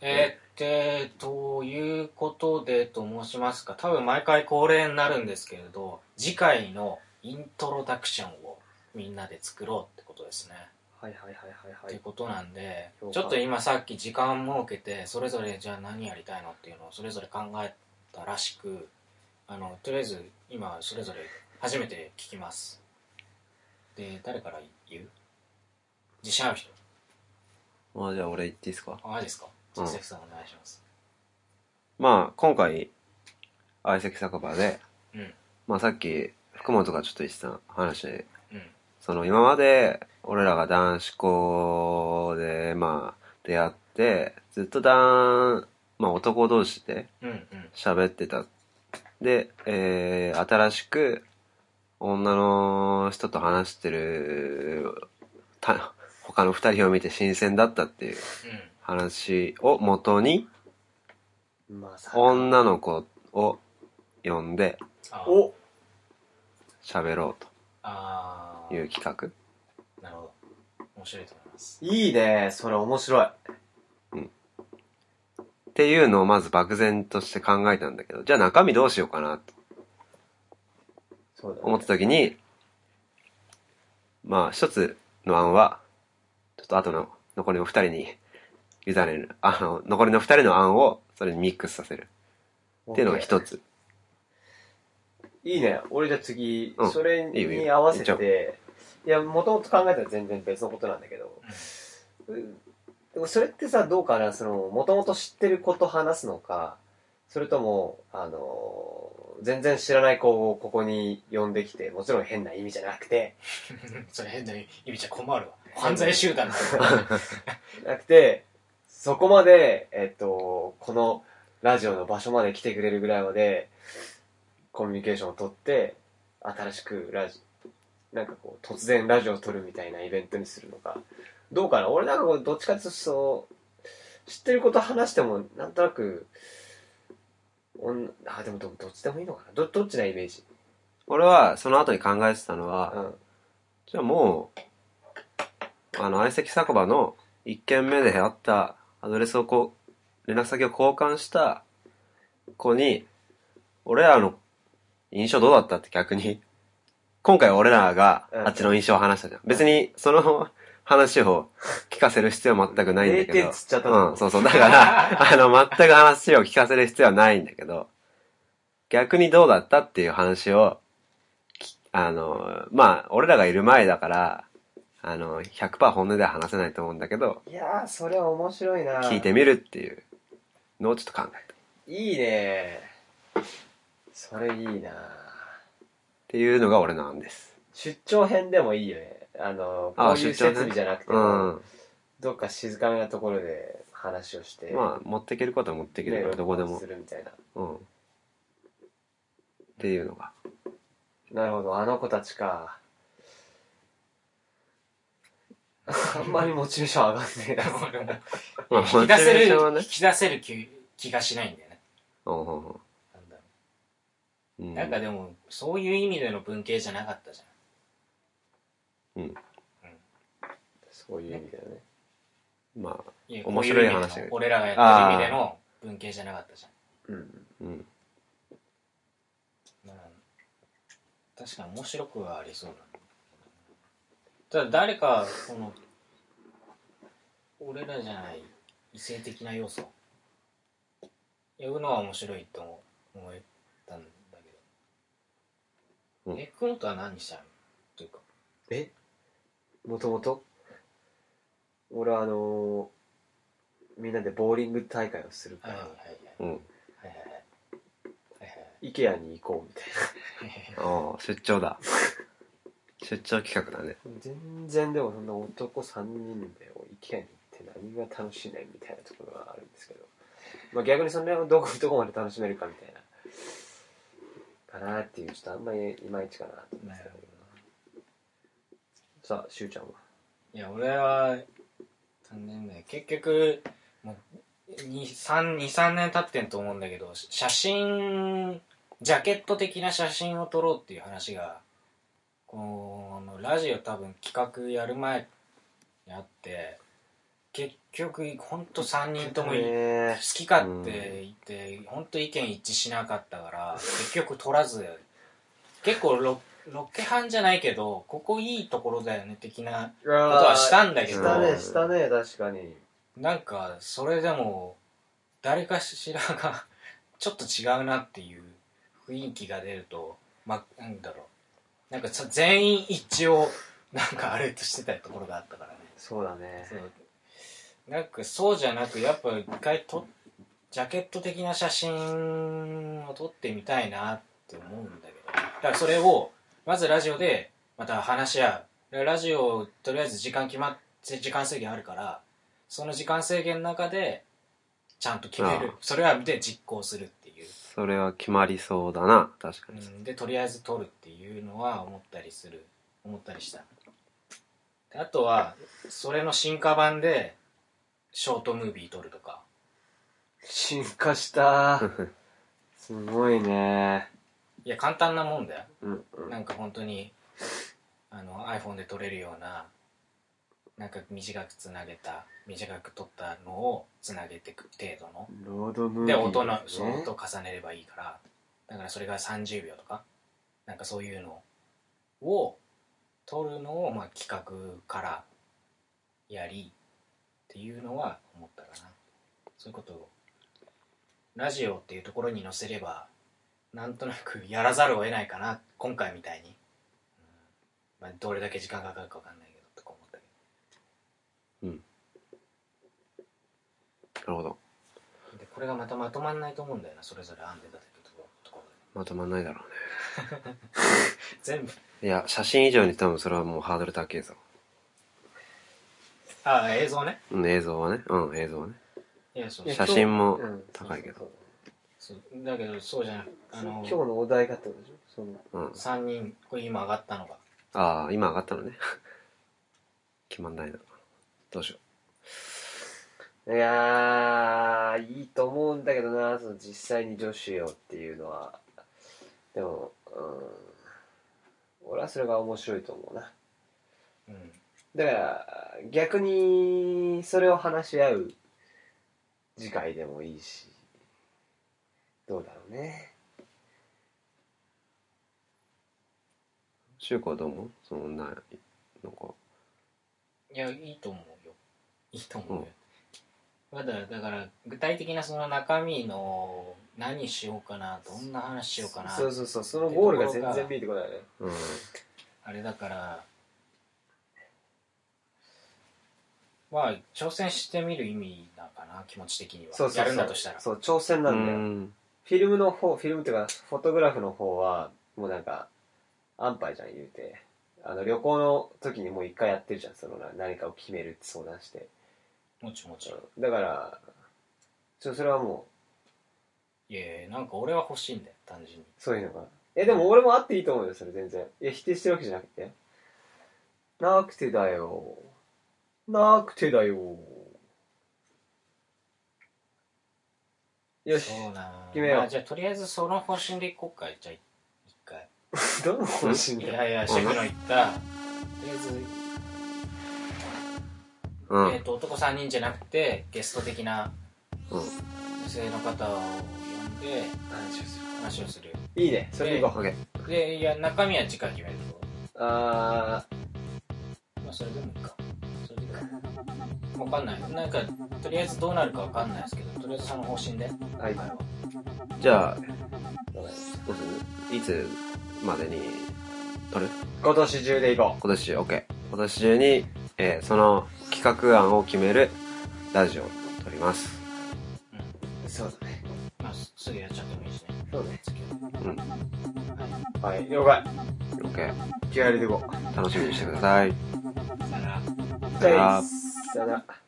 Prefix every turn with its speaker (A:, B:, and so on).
A: えーで、ということでと申しますか、多分毎回恒例になるんですけれど、次回のイントロダクションをみんなで作ろうってことですね。
B: はいはいはいは
A: っ
B: いは
A: て
B: い
A: ことなんで
B: 了解
A: ちょっと今さっき時間設けてそれぞれじゃあ何やりたいのっていうのをそれぞれ考えたらしくあのとりあえず今それぞれ初めて聞きますで誰から言う自信ある人
C: まあじゃあ俺言っていいですか。
A: あマジですか
C: うん
A: ジセフさんお願いします
C: まあ今回、相席酒場で、
A: うん
C: まあさっき、福本がちょっと一さん話で、
A: うん
C: その今まで俺らが男子校で、まあ出会って、ずっと男、まあ男同士で、
A: うんうん
C: 喋ってた。で、えー、新しく女の人と話してる、た、他の二人を見て新鮮だったっていう話を元に、
B: まさか
C: 女の子を呼んで
A: うん
B: お
C: 喋ろう
A: ああ
C: という企画。
A: なるほど面白いと思います
B: いいねそれ面白い
C: っていうのをまず漠然として考えたんだけど、じゃあ中身どうしようかなと
B: そうだね
C: 思った時に、まあ一つの案は、ちょっと後の残りの二人に委ねる。あの、残りの二人の案をそれにミックスさせる。っていうのが一つ。
B: いいね俺じゃあ次、
C: うん
B: それ
C: いいよいい
B: に
C: よ
B: 合わせ
C: いっちゃお
B: ていやもともと考えたら全然別のことなんだけど、うんでもそれってさどうかなそのもともと知ってる子と話すのかそれともあの全然知らない子をここに呼んできてもちろん変な意味じゃなくて
A: それ変な意味じゃ困るわ犯罪集団だ から
B: なくてそこまでえっとこのラジオの場所まで来てくれるぐらいまでコミュニケーションを取って新しくラジなんかこう突然ラジオを撮るみたいなイベントにするのかどうかな俺なんかこうどっちかっていうとそう知ってること話してもなんとなくおんあでもどどっちでもいいのかなどどっちなイメージ、
C: 俺はその後に考えてたの
B: う
C: は、
B: ん、
C: じゃあもう、あの、相席酒場の一軒目であったアドレスをこう、連絡先を交換した子に、俺らの印象どうだったって逆に、 今回俺らが
B: うん
C: あっちの印象を話したじゃん。別にその話を聞かせる必要は全くないんだけ
B: 0
C: ど。
B: 点つっちゃった
C: うん、
B: そ
C: そうそう。だ から、あの、全く話を聞かせる必要はないんだけど、逆にどうだったっていう話を、きあの、まあ、俺らがいる前だから、あの、100%本音では話せないと思うんだけど、
B: いやーそれは面白いな
C: 聞いてみるっていうのをちょっと考えた。っ
B: いいねそれいいな
C: ていうのが俺の案です。
B: 出張編でもいいよねあのこ
C: あ
B: ういう
C: 出張
B: 設
C: ね
B: 備じゃなくて
C: う
B: も、
C: ん。
B: どっか静かめなところで話をして
C: まあ、持っていけることは持っていけるから、どこでも
B: す。るみたいな
C: うん。っていうのが。
B: なるほどあの子たちか あんまりモチベーション上がんねえな
A: 俺も
C: まあ、
A: 引き出せ
C: モチベーシ
A: る
C: ョンは、ね
A: 引き出せる気気がしないんだよね
C: うんうんうん
A: なんだろ
C: う。
A: うんなんかでもそういう意味での文系じゃなかったじ
B: そういう意味だよね
C: まあ、
A: ゃんや
C: 面白い
A: こうう意味
C: 話
A: での
C: だけど
A: 俺らがやってる意味での文系じゃなかったじ
B: う
C: う
B: ん
C: ん。
A: ゃんうん確かに面白くはありそうだただ誰かこの俺らじゃない異性的な要素呼ぶのは面白いと思思えたんだけ
C: うん
A: どえクモトは何したのというか
B: えもともと俺はあのーみんなでボーリング大会をするか
A: はい
B: ら、
A: はいはい
C: うん。
A: はいはいはいはいはい
B: IKEA に行こうみたいな
C: ああ、出張だ。 出張企画だね。
B: 全然でもそんな男3人でお IKEA に行って何が楽しいねんみたいなところがあるんですけど、まあ、逆にそれをどこどこまで楽しめるかみたいなかなっていうちょっとあんまりいまいちかなと思ってたんだけどさあしゅうちゃんはい
A: や、俺は、単年だよ。結局、もう、2、3、2、3年経ってんと思うんだけど、写真、ジャケット的な写真を撮ろうっていう話が、この、ラジオ多分企画やる前にあって、結結局ほんと3人ともい好
B: ね
A: き勝手言ってほんと意見一致しなかったから結局取らず結構ロロケハンじゃないけどここいいところだよね的な
B: うわー
A: ことはしたんだけ
B: し
A: ど
B: たねしたね確かに
A: なんかそれでも誰かしらが ちょっと違うなっていう雰囲気が出るとまなんだろうなんかさ全員一致をなんかあれとしてたところがあったからね
B: そうだね
A: そうなんかそうじゃなくやっぱ一回とジャケット的な写真を撮ってみたいなって思うんだけどだからそれをまずラジオでまた話し合うラジオとりあえず時間決まって時間制限あるからその時間制限の中でちゃんと決める
C: ああ
A: それは見て実行するっていう、
C: それは決まりそうだ な確か
A: う
C: に、
A: ん、でとりあえず撮るっていうのは思ったりする思ったりしたであとはそれの進化版でショートムービー撮るとか
B: 進化したすごいね
A: いや簡単なもんだよ
B: うんうん
A: なんか本当にあの iPhone で撮れるようななんか短くつなげた短く撮ったのをつなげていく程度の
B: ロードムービ
A: で
B: ー
A: 音の
B: ね
A: そう音重ねればいいからだからそれが30秒とかなんかそういうのを撮るのをまあ企画からやりっていうのは思ったかなそういうことをラジオっていうところに載せればなんとなくやらざるを得ないかな今回みたいに、うんまあ、どれだけ時間がかかるかわかんないけどとか思ったけ
C: なるほど
A: どでこれがまたまとまんないと思うんだよなそれぞれ編んでたところところ
C: まとまんないだろうね
A: で全部
C: いや写真以上に多分それはもうハードル高いぞ、
A: ああ映像ね
C: うん、映像はねうん映像はね
A: いやそう
B: いや
C: 写真も
B: うん
C: 高いけど
B: そう
A: そうだけどそうじゃなくあ
B: そうそう
A: の
B: 今日のお題がってことでしょその
C: うん
A: 3人これ今上がったのが
C: ああ今上がったのね 決まんないなどうしよ
B: いやー、いいと思うんだけどな、その実際に女子よっていうのは。でも、うん、俺はそれが面白いと思うな。
A: うん
B: だから、逆に、それを話し合う次回でもいいし、どうだろうね。
C: う中高どう思うその女の子
A: いやいいと思うよいいと思うよ、まだだから具体的なその中身の何しようかなどんな話しようかな
B: そうそうそう、そのゴールが全然見えてこないね。
C: うん
A: あれだからまあ挑戦してみる意味なのかな気持ち的には
B: そうそうそう。
A: やるんだとしたら
B: そう、挑戦なんだよ。
C: うん
B: フィルムの方、フィルムっていうか、フォトグラフの方は、もうなんか、安牌じゃん、言うて。あの、旅行の時にもう一回やってるじゃん、そのな、何かを決めるって相談して。
A: もちもち
B: だから、ちょ、それはも
A: いやいやなんか俺は欲しいんだよ単純に
B: う、そういうのが。え、でも俺もあっていいと思うよ、それ全然。いや、否定してるわけじゃなくて。なくてだよ。なくてだよ。よし
A: そ。うな
B: 決めよう
A: まあじゃあとりあえずその方針でいこうかじゃあ一回
B: どの方針
A: い
B: だよ。
A: やいやシェフの言ったとりあえず、
C: うん
A: えー、と男3人じゃなくてゲスト的な
C: うん
A: 女性の方を呼んで
B: 話をす
A: 話をする
B: るいいね、それでいこう。
C: OK
A: でいや中身は次回決めると
B: あ
A: まあそれでもいいかそれでいいか分かんないなんかとりあえずどうなるか分かんないですけどとりあえずその方針で
B: ー、はい。
A: 今回は
C: じゃあ
B: ごめん
C: どうするいつまでに撮る
B: 今年中でいこ
C: 今年中 OK 今年中に、えーその企画案を決めるラジオを撮ります
B: うそうだね
A: まあすすぐやっちゃってもいいしね
B: そうね
A: 次は
C: うん
B: はい了解
C: OK
B: 気合い入れていこ
C: 楽しみにしてください
A: さよなら
B: う
C: さよなら
B: さよなら